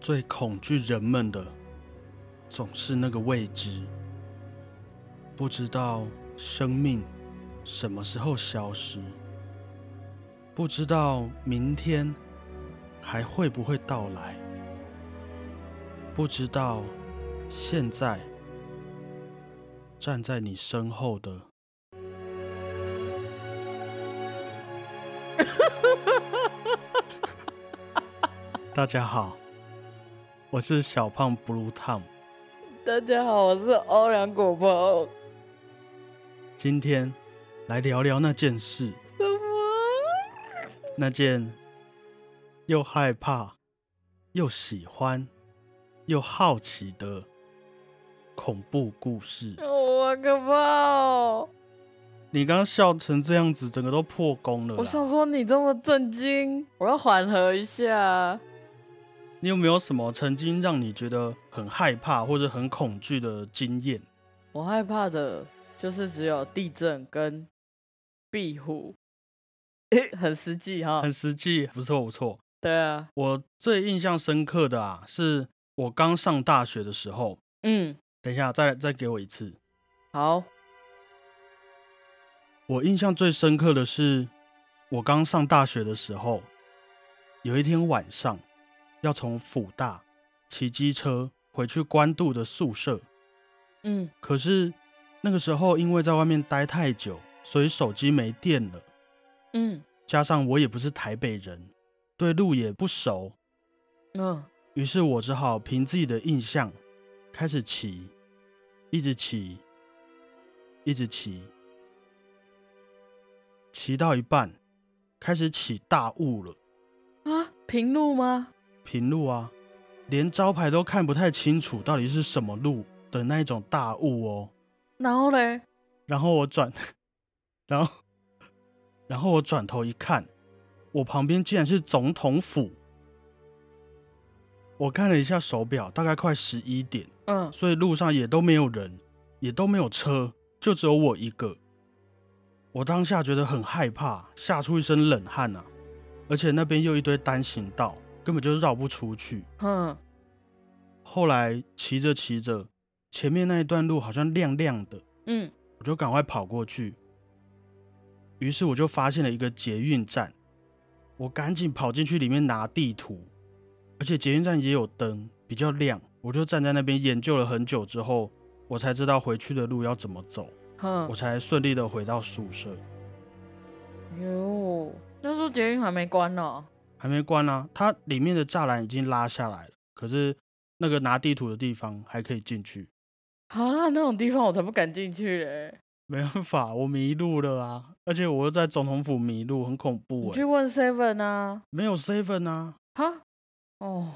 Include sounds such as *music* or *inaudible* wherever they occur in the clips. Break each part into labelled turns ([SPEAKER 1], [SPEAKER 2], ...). [SPEAKER 1] 最恐惧人们的，总是那个未知，不知道生命什么时候消失，不知道明天还会不会到来，不知道现在站在你身后的。大家好，我是小胖 Blue Tom。
[SPEAKER 2] 大家好，我是欧阳果鹏。
[SPEAKER 1] 今天来聊聊那件事，
[SPEAKER 2] 什么？
[SPEAKER 1] 那件又害怕、又喜欢、又好奇的恐怖故事。
[SPEAKER 2] 哦，好可怕哦！
[SPEAKER 1] 你刚刚笑成这样子，整个都破功了
[SPEAKER 2] 我
[SPEAKER 1] 啦。
[SPEAKER 2] 想说你这么震惊，我要缓和一下。
[SPEAKER 1] 你有没有什么曾经让你觉得很害怕或者很恐惧的经验？
[SPEAKER 2] 我害怕的就是只有地震跟壁虎，很实际哈
[SPEAKER 1] 很。实际，不错不错。
[SPEAKER 2] 对啊，
[SPEAKER 1] 我最印象深刻的啊，是我刚上大学的时候。
[SPEAKER 2] 嗯，
[SPEAKER 1] 等一下，再再给我一次。
[SPEAKER 2] 好，
[SPEAKER 1] 我印象最深刻的是，我刚上大学的时候，有一天晚上，要从辅大骑机车回去关渡的宿舍。
[SPEAKER 2] 嗯
[SPEAKER 1] 可是那个时候因为在外面待太久，所以手机没电了，
[SPEAKER 2] 嗯
[SPEAKER 1] 加上我也不是台北人，对路也不熟，
[SPEAKER 2] 嗯，
[SPEAKER 1] 于是我只好凭自己的印象开始骑，一直骑，一直骑，骑到一半开始起大雾了，
[SPEAKER 2] 啊，平路吗？
[SPEAKER 1] 平路啊，连招牌都看不太清楚到底是什么路的那一种大雾哦。
[SPEAKER 2] 然后嘞，
[SPEAKER 1] 然后我转，然后，然后我转头一看，我旁边竟然是总统府。我看了一下手表，大概快十一点。
[SPEAKER 2] 嗯，
[SPEAKER 1] 所以路上也都没有人，也都没有车，就只有我一个。我当下觉得很害怕，吓出一身冷汗啊！而且那边又一堆单行道，根本就绕不出去。
[SPEAKER 2] 哼，
[SPEAKER 1] 后来骑着骑着，前面那一段路好像亮亮的，
[SPEAKER 2] 嗯
[SPEAKER 1] 我就赶快跑过去。于是我就发现了一个捷运站，我赶紧跑进去里面拿地图，而且捷运站也有灯，比较亮。我就站在那边研究了很久之后，我才知道回去的路要怎么走，
[SPEAKER 2] 哼
[SPEAKER 1] 我，才顺利的回到宿舍。
[SPEAKER 2] 哟，那时候捷运还没关呢、哦
[SPEAKER 1] 还没关啊，它里面的栅栏已经拉下来了，可是那个拿地图的地方还可以进去。
[SPEAKER 2] 啊，那种地方我才不敢进去嘞。
[SPEAKER 1] 没办法，我迷路了啊！而且我又在总统府迷路，很恐怖
[SPEAKER 2] 你
[SPEAKER 1] 哎、
[SPEAKER 2] 去问 Seven 啊，
[SPEAKER 1] 没有 seven 啊，
[SPEAKER 2] 哈，哦，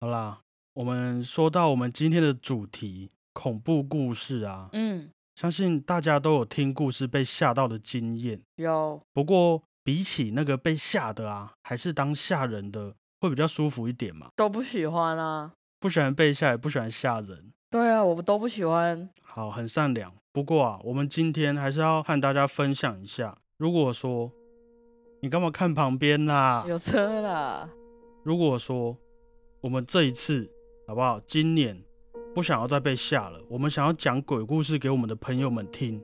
[SPEAKER 1] 好啦，我们说到我们今天的主题恐怖故事啊，
[SPEAKER 2] 嗯，
[SPEAKER 1] 相信大家都有听故事被吓到的经验。
[SPEAKER 2] 有，
[SPEAKER 1] 不过比起那个被吓的啊，还是当吓人的会比较舒服一点嘛。
[SPEAKER 2] 都不喜欢啊。
[SPEAKER 1] 不喜欢被吓，也不喜欢吓人。
[SPEAKER 2] 对啊，我们都不喜欢。
[SPEAKER 1] 好，很善良。不过啊，我们今天还是要和大家分享一下。如果说你干嘛看旁边啦、
[SPEAKER 2] 有车啦，
[SPEAKER 1] 如果说我们这一次好不好，今年不想要再被吓了，我们想要讲鬼故事给我们的朋友们听，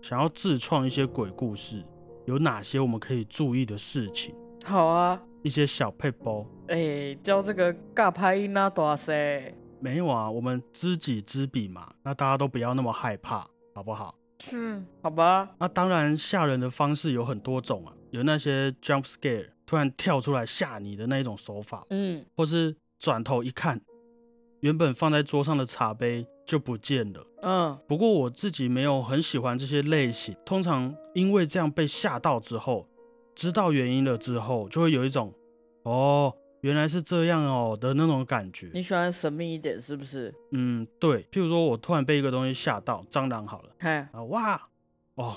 [SPEAKER 1] 想要自创一些鬼故事，有哪些我们可以注意的事情，
[SPEAKER 2] 好啊。
[SPEAKER 1] 一些小配包。
[SPEAKER 2] 哎、叫这个尬拍音啊，大塞。
[SPEAKER 1] 没有啊，我们知己知彼嘛，那大家都不要那么害怕，好不好？
[SPEAKER 2] 嗯，好吧，
[SPEAKER 1] 那当然，吓人的方式有很多种啊，有那些 jump scare 突然跳出来吓你的那一种手法，
[SPEAKER 2] 嗯，
[SPEAKER 1] 或是转头一看，原本放在桌上的茶杯就不见了。
[SPEAKER 2] 嗯，
[SPEAKER 1] 不过我自己没有很喜欢这些类型，通常因为这样被吓到之后，知道原因了之后，就会有一种哦原来是这样哦的那种感觉
[SPEAKER 2] 你。喜欢神秘一点是不是？
[SPEAKER 1] 嗯，对，譬如说我突然被一个东西吓到，蟑螂好了
[SPEAKER 2] 嗨，
[SPEAKER 1] 啊，哇哦，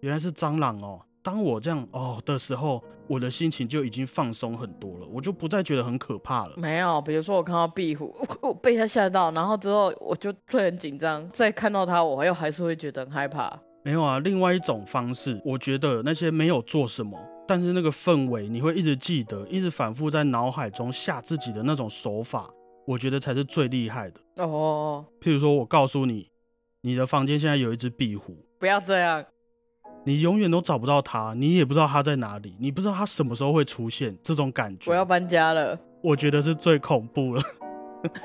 [SPEAKER 1] 原来是蟑螂哦。当我这样哦的时候，我的心情就已经放松很多了，我就不再觉得很可怕了。
[SPEAKER 2] 没有，比如说我看到壁虎， *laughs* 我被它吓到，然后之后我就会很紧张，再看到它，我又还是会觉得很害怕。
[SPEAKER 1] 没有啊，另外一种方式，我觉得那些没有做什么，但是那个氛围你会一直记得，一直反复在脑海中吓自己的那种手法，我觉得才是最厉害的。
[SPEAKER 2] 哦，
[SPEAKER 1] 譬如说，我告诉你，你的房间现在有一只壁虎，
[SPEAKER 2] 不要这样，
[SPEAKER 1] 你永远都找不到它，你也不知道它在哪里，你不知道它什么时候会出现，这种感觉，
[SPEAKER 2] 我要搬家了。
[SPEAKER 1] 我觉得是最恐怖了。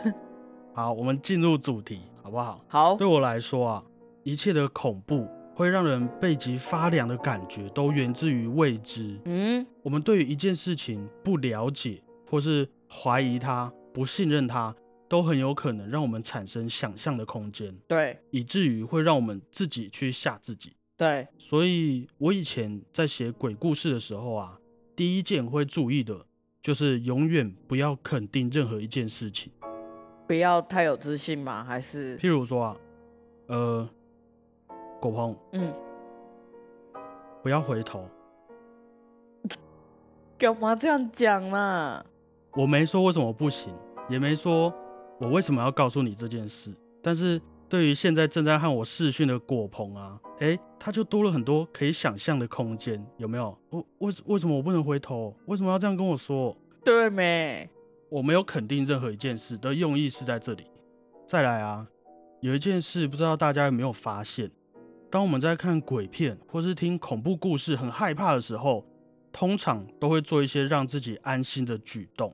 [SPEAKER 1] *laughs* 好，我们进入主题，好不好？
[SPEAKER 2] 好
[SPEAKER 1] 对，我来说啊，一切的恐怖会让人背脊发凉的感觉，都源自于未知。
[SPEAKER 2] 嗯，
[SPEAKER 1] 我们对于一件事情不了解，或是怀疑它、不信任它，都很有可能让我们产生想象的空间，
[SPEAKER 2] 对
[SPEAKER 1] 以至于会让我们自己去吓自己。
[SPEAKER 2] 对，
[SPEAKER 1] 所以我以前在写鬼故事的时候啊，第一件会注意的就是永远不要肯定任何一件事情。
[SPEAKER 2] 不要太有自信嘛，还是
[SPEAKER 1] 譬如说啊，呃，狗鹏，
[SPEAKER 2] 嗯，
[SPEAKER 1] 不要回头。
[SPEAKER 2] 干嘛这样讲啦？
[SPEAKER 1] 我没说为什么不行，也没说我为什么要告诉你这件事。但是对于现在正在和我视讯的果鹏啊，诶，他就多了很多可以想象的空间，有没有？我为为什么我不能回头？为什么要这样跟我说？
[SPEAKER 2] 对没？
[SPEAKER 1] 我没有肯定任何一件事的用意是在这里。再来啊，有一件事不知道大家有没有发现，当我们在看鬼片或是听恐怖故事很害怕的时候，通常都会做一些让自己安心的举动，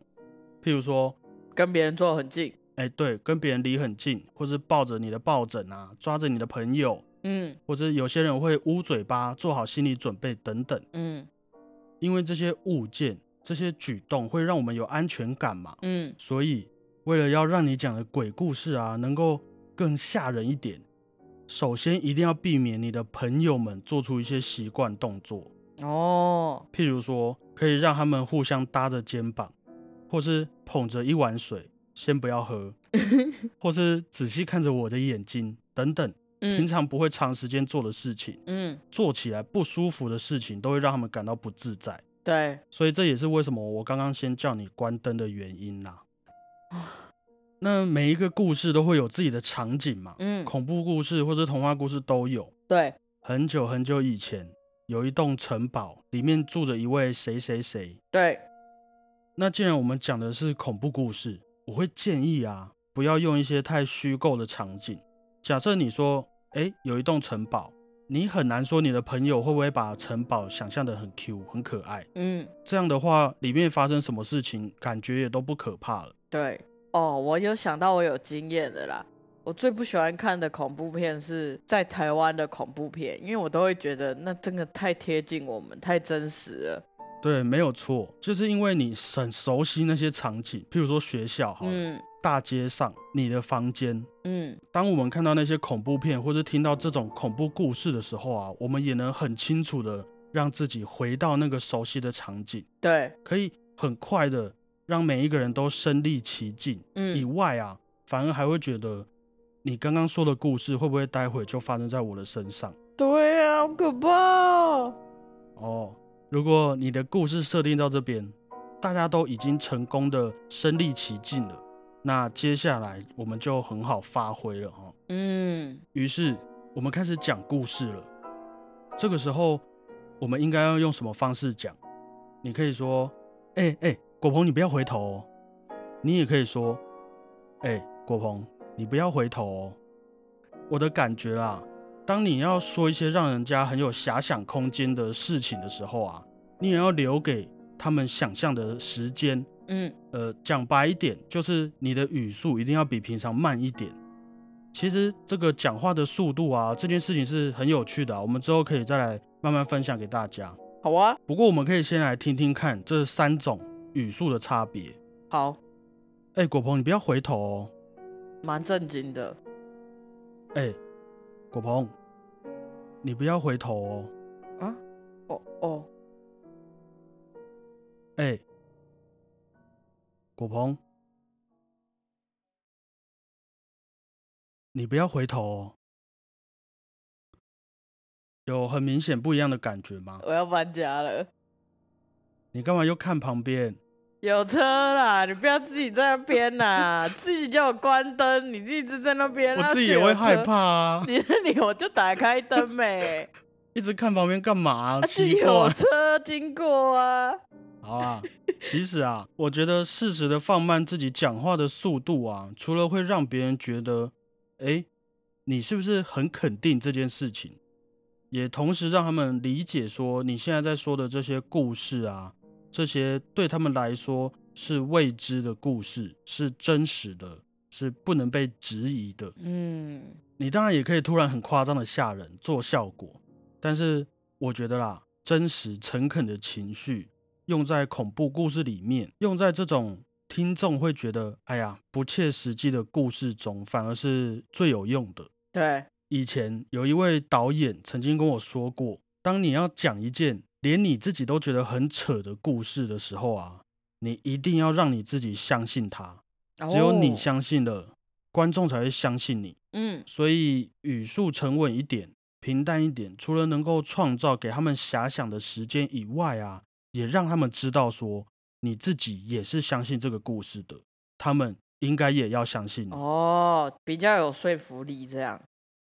[SPEAKER 1] 譬如说，
[SPEAKER 2] 跟别人坐很近，
[SPEAKER 1] 哎，对，跟别人离很近，或是抱着你的抱枕啊，抓着你的朋友，
[SPEAKER 2] 嗯
[SPEAKER 1] 或者有些人会捂嘴巴，做好心理准备等等。
[SPEAKER 2] 嗯
[SPEAKER 1] 因为这些物件、这些举动会让我们有安全感嘛。
[SPEAKER 2] 嗯，
[SPEAKER 1] 所以，为了要让你讲的鬼故事啊能够更吓人一点，首先一定要避免你的朋友们做出一些习惯动作，
[SPEAKER 2] 哦，
[SPEAKER 1] 譬如说可以让他们互相搭着肩膀，或是捧着一碗水，先不要
[SPEAKER 2] *laughs*
[SPEAKER 1] 喝，或是仔细看着我的眼睛等等，平
[SPEAKER 2] 嗯
[SPEAKER 1] 常不会长时间做的事情，
[SPEAKER 2] 嗯，
[SPEAKER 1] 做起来不舒服的事情都会让他们感到不自在。
[SPEAKER 2] 对，
[SPEAKER 1] 所以这也是为什么我刚刚先叫你关灯的原因啦、
[SPEAKER 2] 啊
[SPEAKER 1] *laughs* 那每一个故事都会有自己的场景嘛，
[SPEAKER 2] 嗯
[SPEAKER 1] 恐怖故事或者童话故事都有。
[SPEAKER 2] 对，
[SPEAKER 1] 很久很久以前，有一栋城堡，里面住着一位谁谁谁。
[SPEAKER 2] 对，
[SPEAKER 1] 那既然我们讲的是恐怖故事，我会建议啊，不要用一些太虚构的场景。假设你说，诶，有一栋城堡，你很难说你的朋友会不会把城堡想象的很 Q 很可爱。
[SPEAKER 2] 嗯
[SPEAKER 1] 这样的话，里面发生什么事情，感觉也都不可怕了。
[SPEAKER 2] 对，哦，我有想到我有经验的啦。我最不喜欢看的恐怖片是在台湾的恐怖片，因为我都会觉得那真的太贴近我们，太真实了。
[SPEAKER 1] 对，没有错，就是因为你很熟悉那些场景，譬如说学校好了、
[SPEAKER 2] 嗯
[SPEAKER 1] 大街上、你的房间。
[SPEAKER 2] 嗯，
[SPEAKER 1] 当我们看到那些恐怖片，或是听到这种恐怖故事的时候啊，我们也能很清楚的让自己回到那个熟悉的场景，
[SPEAKER 2] 对，
[SPEAKER 1] 可以很快的让每一个人都身临其境。以
[SPEAKER 2] 嗯
[SPEAKER 1] 外啊，反而还会觉得你刚刚说的故事会不会待会就发生在我的身上？
[SPEAKER 2] 对呀、好可怕、哦。
[SPEAKER 1] 哦，如果你的故事设定到这边，大家都已经成功的身临其境了，那接下来我们就很好发挥了哦。
[SPEAKER 2] 嗯，
[SPEAKER 1] 于是我们开始讲故事了。这个时候，我们应该要用什么方式讲？你可以说：“哎、哎、果鹏，你不要回头、哦。”你也可以说：“哎、果鹏，你不要回头、哦。”我的感觉啦，当你要说一些让人家很有遐想空间的事情的时候啊，你也要留给他们想象的时间。
[SPEAKER 2] 嗯
[SPEAKER 1] 呃，讲白一点，就是你的语速一定要比平常慢一点。其实这个讲话的速度啊，这件事情是很有趣的啊、我们之后可以再来慢慢分享给大家。
[SPEAKER 2] 好啊，
[SPEAKER 1] 不过我们可以先来听听看这三种语速的差别。
[SPEAKER 2] 好，
[SPEAKER 1] 哎，果鹏，你不要回头哦。
[SPEAKER 2] 蛮震惊的。
[SPEAKER 1] 哎，果鹏，你不要回头哦。
[SPEAKER 2] 哦哦，
[SPEAKER 1] 哎，果鹏，你不要回头哦。有很明显不一样的感觉吗？
[SPEAKER 2] 我要搬家了。
[SPEAKER 1] 你干嘛又看旁边？
[SPEAKER 2] 有车啦，你不要自己在那
[SPEAKER 1] *laughs*
[SPEAKER 2] 边啦，自己叫我关灯，你一直在那边，
[SPEAKER 1] 我
[SPEAKER 2] 那
[SPEAKER 1] 自己
[SPEAKER 2] 就
[SPEAKER 1] 也
[SPEAKER 2] 有
[SPEAKER 1] 会害
[SPEAKER 2] 车
[SPEAKER 1] 怕。啊！
[SPEAKER 2] 你你 *laughs* 我就打开
[SPEAKER 1] *laughs*
[SPEAKER 2] 灯呗，
[SPEAKER 1] 一直看旁边干嘛、
[SPEAKER 2] 啊
[SPEAKER 1] 啊？
[SPEAKER 2] 就
[SPEAKER 1] 奇
[SPEAKER 2] 有
[SPEAKER 1] 怪，
[SPEAKER 2] 车经过啊。
[SPEAKER 1] 好啊，其实啊，我觉得适时的放慢自己讲话的速度啊，除了会让别人觉得，哎，你是不是很肯定这件事情，也同时让他们理解说你现在在说的这些故事啊，这些对他们来说是未知的故事，是真实的，是不能被质疑的。
[SPEAKER 2] 嗯，
[SPEAKER 1] 你当然也可以突然很夸张的吓人做效果，但是我觉得啦，真实诚恳的情绪用在恐怖故事里面，用在这种听众会觉得哎呀不切实际的故事中，反而是最有用的。
[SPEAKER 2] 对，
[SPEAKER 1] 以前有一位导演曾经跟我说过，当你要讲一件连你自己都觉得很扯的故事的时候啊，你一定要让你自己相信它，只有你
[SPEAKER 2] 哦，
[SPEAKER 1] 相信了，观众才会相信你。
[SPEAKER 2] 嗯，
[SPEAKER 1] 所以语速沉稳一点，平淡一点。除了能够创造给他们遐想的时间以外啊，也让他们知道说你自己也是相信这个故事的，他们应该也要相信你，
[SPEAKER 2] 哦，比较有说服力，这样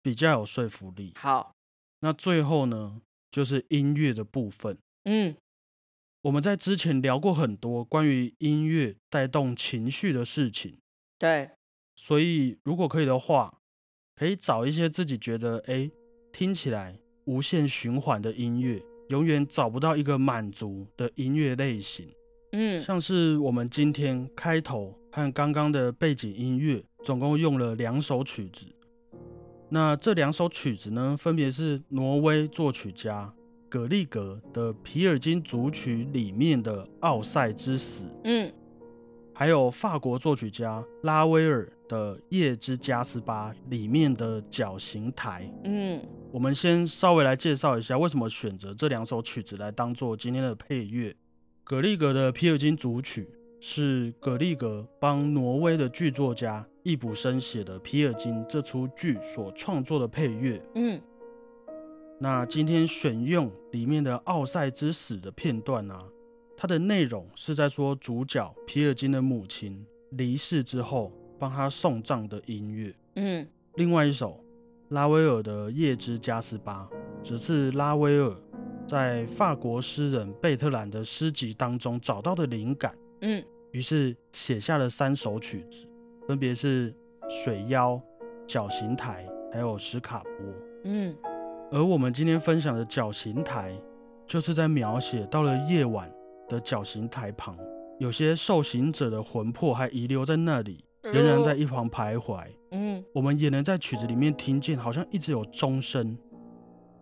[SPEAKER 1] 比较有说服力。
[SPEAKER 2] 好，
[SPEAKER 1] 那最后呢，就是音乐的部分。
[SPEAKER 2] 嗯，
[SPEAKER 1] 我们在之前聊过很多关于音乐带动情绪的事情，
[SPEAKER 2] 对，
[SPEAKER 1] 所以如果可以的话，可以找一些自己觉得哎听起来无限循环的音乐，永远找不到一个满足的音乐类型，
[SPEAKER 2] 嗯，
[SPEAKER 1] 像是我们今天开头和刚刚的背景音乐，总共用了两首曲子。那这两首曲子呢，分别是挪威作曲家葛利格的《皮尔金组曲》里面的《奥赛之死》，
[SPEAKER 2] 嗯，
[SPEAKER 1] 还有法国作曲家拉威尔的《夜之加斯巴》里面的绞刑台。
[SPEAKER 2] 嗯，
[SPEAKER 1] 我们先稍微来介绍一下为什么选择这两首曲子来当做今天的配乐。葛利格的《皮尔金组曲》是葛利格帮挪威的剧作家易卜生写的《皮尔金》这出剧所创作的配乐。
[SPEAKER 2] 嗯，
[SPEAKER 1] 那今天选用里面的《奥赛之死》的片段啊，它的内容是在说主角皮尔金的母亲离世之后帮他送葬的音乐。
[SPEAKER 2] 嗯，
[SPEAKER 1] 另外一首拉威尔的《夜之加斯巴》，只是拉威尔在法国诗人贝特兰的诗集当中找到的灵感，
[SPEAKER 2] 嗯，
[SPEAKER 1] 于是写下了三首曲子，分别是《水妖》、《绞刑台》还有《史卡波》。
[SPEAKER 2] 嗯，
[SPEAKER 1] 而我们今天分享的绞刑台，就是在描写到了夜晚的绞刑台旁，有些受刑者的魂魄还遗留在那里，仍然在一旁徘徊。
[SPEAKER 2] 嗯，
[SPEAKER 1] 我们也能在曲子里面听见，好像一直有钟声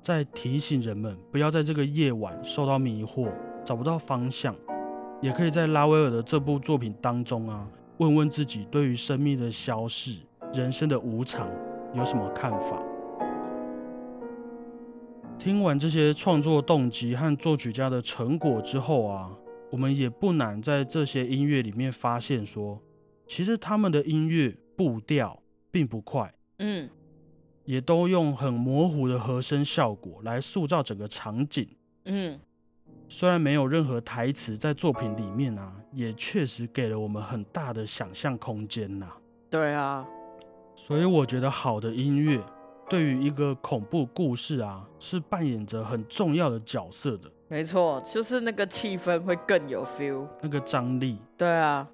[SPEAKER 1] 在提醒人们不要在这个夜晚受到迷惑，找不到方向。也可以在拉威尔的这部作品当中啊，问问自己对于生命的消逝、人生的无常有什么看法。听完这些创作动机和作曲家的成果之后啊，我们也不难在这些音乐里面发现说，其实他们的音乐步调并不快，
[SPEAKER 2] 嗯，
[SPEAKER 1] 也都用很模糊的和声效果来塑造整个场景。
[SPEAKER 2] 嗯，
[SPEAKER 1] 虽然没有任何台词在作品里面啊，也确实给了我们很大的想象空间呐、
[SPEAKER 2] 对啊，
[SPEAKER 1] 所以我觉得好的音乐对于一个恐怖故事啊，是扮演着很重要的角色的
[SPEAKER 2] 没错，就是那个气氛会更有 feel。
[SPEAKER 1] 那个张力。
[SPEAKER 2] 对啊，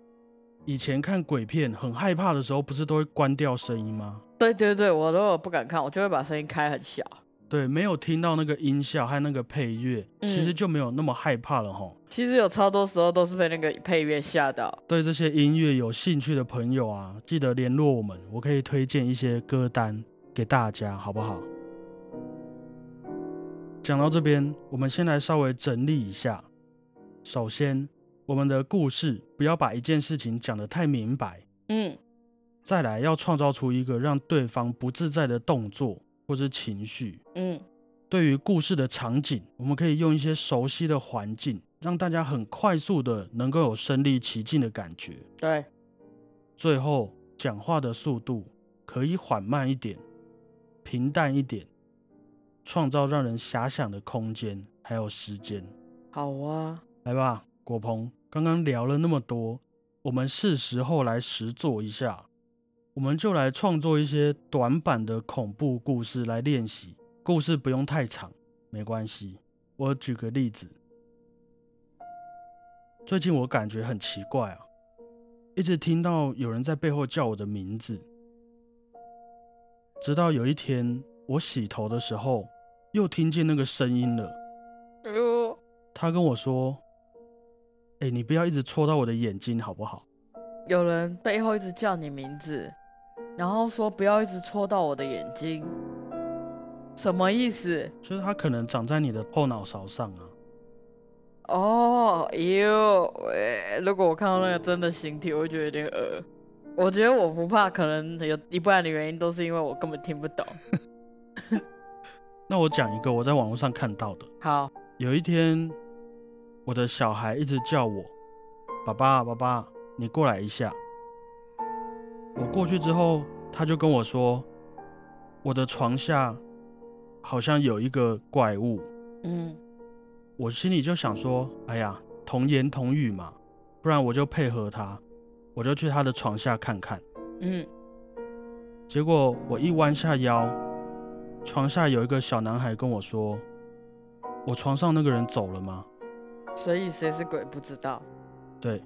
[SPEAKER 1] 以前看鬼片很害怕的时候，不是都会关掉声音吗？
[SPEAKER 2] 对对对，我如果不敢看，我就会把声音开很小。
[SPEAKER 1] 对，没有听到那个音效和那个配乐，其实
[SPEAKER 2] 嗯
[SPEAKER 1] 就没有那么害怕了吼。
[SPEAKER 2] 其实有超多时候都是被那个配乐吓到。
[SPEAKER 1] 对这些音乐有兴趣的朋友啊，记得联络我们，我可以推荐一些歌单给大家，好不好？讲到这边，我们先来稍微整理一下。首先，我们的故事不要把一件事情讲得太明白，
[SPEAKER 2] 嗯
[SPEAKER 1] 再来要创造出一个让对方不自在的动作或是情绪。
[SPEAKER 2] 嗯
[SPEAKER 1] 对于故事的场景，我们可以用一些熟悉的环境，让大家很快速的能够有身临其境的感觉。
[SPEAKER 2] 对，
[SPEAKER 1] 最后讲话的速度可以缓慢一点，平淡一点，创造让人遐想的空间还有时间。
[SPEAKER 2] 好啊，
[SPEAKER 1] 来吧，果鹏，刚刚聊了那么多，我们是时候来实做一下。我们就来创作一些短版的恐怖故事来练习，故事不用太长，没关系。我举个例子，最近我感觉很奇怪啊，一直听到有人在背后叫我的名字。直到有一天，我洗头的时候，又听见那个声音了。
[SPEAKER 2] 哎呦，
[SPEAKER 1] 他跟我说：“哎、你不要一直戳到我的眼睛好不好
[SPEAKER 2] 有人背后一直叫你名字，然后说不要一直戳到我的眼睛，什么意思？？”
[SPEAKER 1] 就是他可能长在你的后脑勺上啊。
[SPEAKER 2] 哦，哟，喂如果我看到那个真的形体，我会觉得有点恶。我觉得我不怕，可能有一半的原因都是因为我根本听不懂。
[SPEAKER 1] 那我讲一个我在网络上看到的。
[SPEAKER 2] 好，
[SPEAKER 1] 有一天，我的小孩一直叫我：“爸爸，爸爸，你过来一下。”我过去之后，他就跟我说：“我的床下好像有一个怪物。”
[SPEAKER 2] 嗯，
[SPEAKER 1] 我心里就想说，哎呀，童言童语嘛，不然我就配合他，我就去他的床下看看。
[SPEAKER 2] 嗯，
[SPEAKER 1] 结果我一弯下腰，床下有一个小男孩跟我说：“我床上那个人走了吗
[SPEAKER 2] 所以谁是鬼不知道，？”
[SPEAKER 1] 对，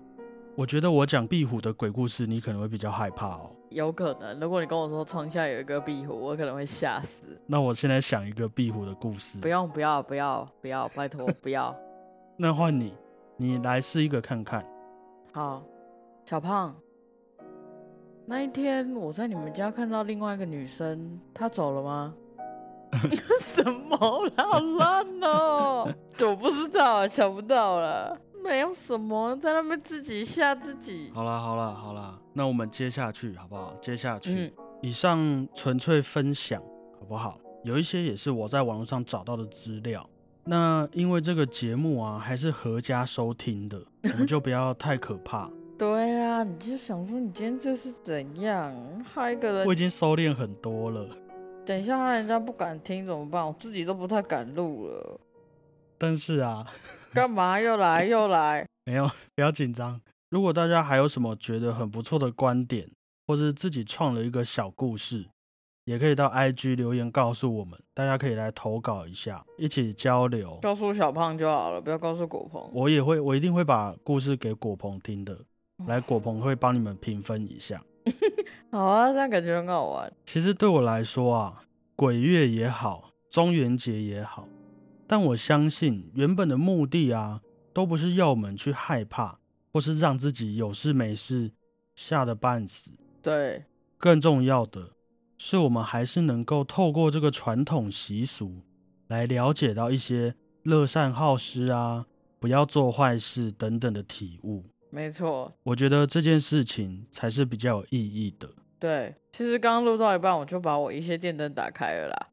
[SPEAKER 1] 我觉得我讲壁虎的鬼故事，你可能会比较害怕哦。
[SPEAKER 2] 有可能。如果你跟我说窗下有一个壁虎，我可能会吓死。
[SPEAKER 1] 那我现在想一个壁虎的故事，
[SPEAKER 2] 不用，不要，不要，不要，拜托，不要。
[SPEAKER 1] 那换你，你来试一个看看。
[SPEAKER 2] 好，小胖，那一天我在你们家看到另外一个女生，她走了吗？ *laughs* 什么啦，好烂哦！我不知道啊，想不到了，没有什么，在那边自己吓自己。
[SPEAKER 1] 好啦，好啦，好啦，那我们接下去好不好？接下去。
[SPEAKER 2] 嗯，
[SPEAKER 1] 以上纯粹分享，好不好？有一些也是我在网络上找到的资料。那因为这个节目啊，还是合家收听的，我们就不要太可怕。
[SPEAKER 2] 对啊，你就想说你今天这是怎样？害一个
[SPEAKER 1] 我已
[SPEAKER 2] 人，
[SPEAKER 1] 经收敛很多了，
[SPEAKER 2] 等一下害人家不敢听怎么办？我自己都不太敢录了，
[SPEAKER 1] 但是啊，
[SPEAKER 2] 干嘛又来又来？
[SPEAKER 1] 没有，不要紧张。如果大家还有什么觉得很不错的观点，或是自己创了一个小故事，也可以到 IG 留言告诉我们，大家可以来投稿一下，一起交流。
[SPEAKER 2] 告诉小胖就好了，不要告诉果鹏。
[SPEAKER 1] 我也会，我一定会把故事给果鹏听的。来，果鹏会帮你们评分一下。
[SPEAKER 2] 好啊，这样感觉很好玩。
[SPEAKER 1] 其实对我来说啊，鬼月也好，中元节也好，但我相信原本的目的啊，都不是要我们去害怕，或是让自己有事没事吓得半死。
[SPEAKER 2] 对，
[SPEAKER 1] 更重要的是，我们还是能够透过这个传统习俗，来了解到一些乐善好施啊，不要做坏事等等的体悟。
[SPEAKER 2] 没错，
[SPEAKER 1] 我觉得这件事情才是比较有意义的。
[SPEAKER 2] 对。其实刚录到一半，我就把我一些电灯打开了啦。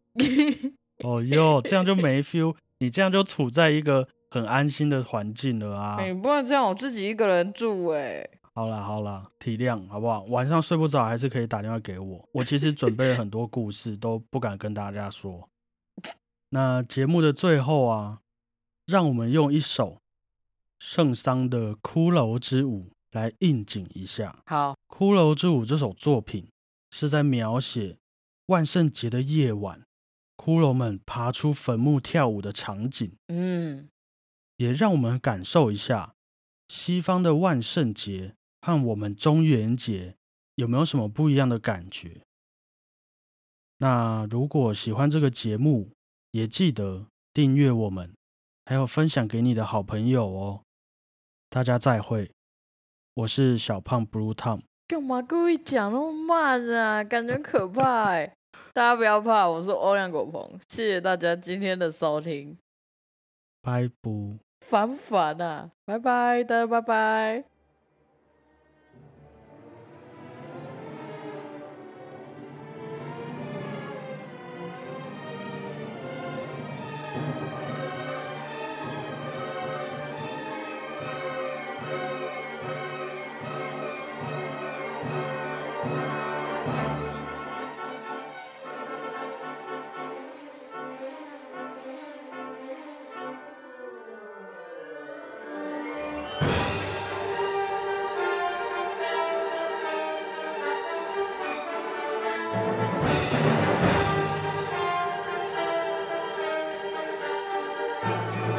[SPEAKER 1] 哦哟，这样就没 feel，你这样就处在一个很安心的环境了啊
[SPEAKER 2] 你、。不能这样，我自己一个人住哎、
[SPEAKER 1] 好啦好啦，体谅好不好？晚上睡不着还是可以打电话给我。我其实准备了很多故事，都不敢跟大家说。那节目的最后啊，让我们用一首圣桑的《骷髅之舞》来应景一下。
[SPEAKER 2] 好，
[SPEAKER 1] 《骷髅之舞》这首作品是在描写万圣节的夜晚，骷髅们爬出坟墓跳舞的场景，
[SPEAKER 2] 嗯，
[SPEAKER 1] 也让我们感受一下西方的万圣节和我们中元节有没有什么不一样的感觉。那如果喜欢这个节目，也记得订阅我们，还有分享给你的好朋友哦。大家再会，我是小胖 Blue Tom。
[SPEAKER 2] 干嘛故意讲那么慢啊？感觉很可怕哎、大家不要怕，我是欧阳果鹏，谢谢大家今天的收听，
[SPEAKER 1] 拜拜。
[SPEAKER 2] 烦不烦啊？拜拜，大家拜拜。
[SPEAKER 3] Thank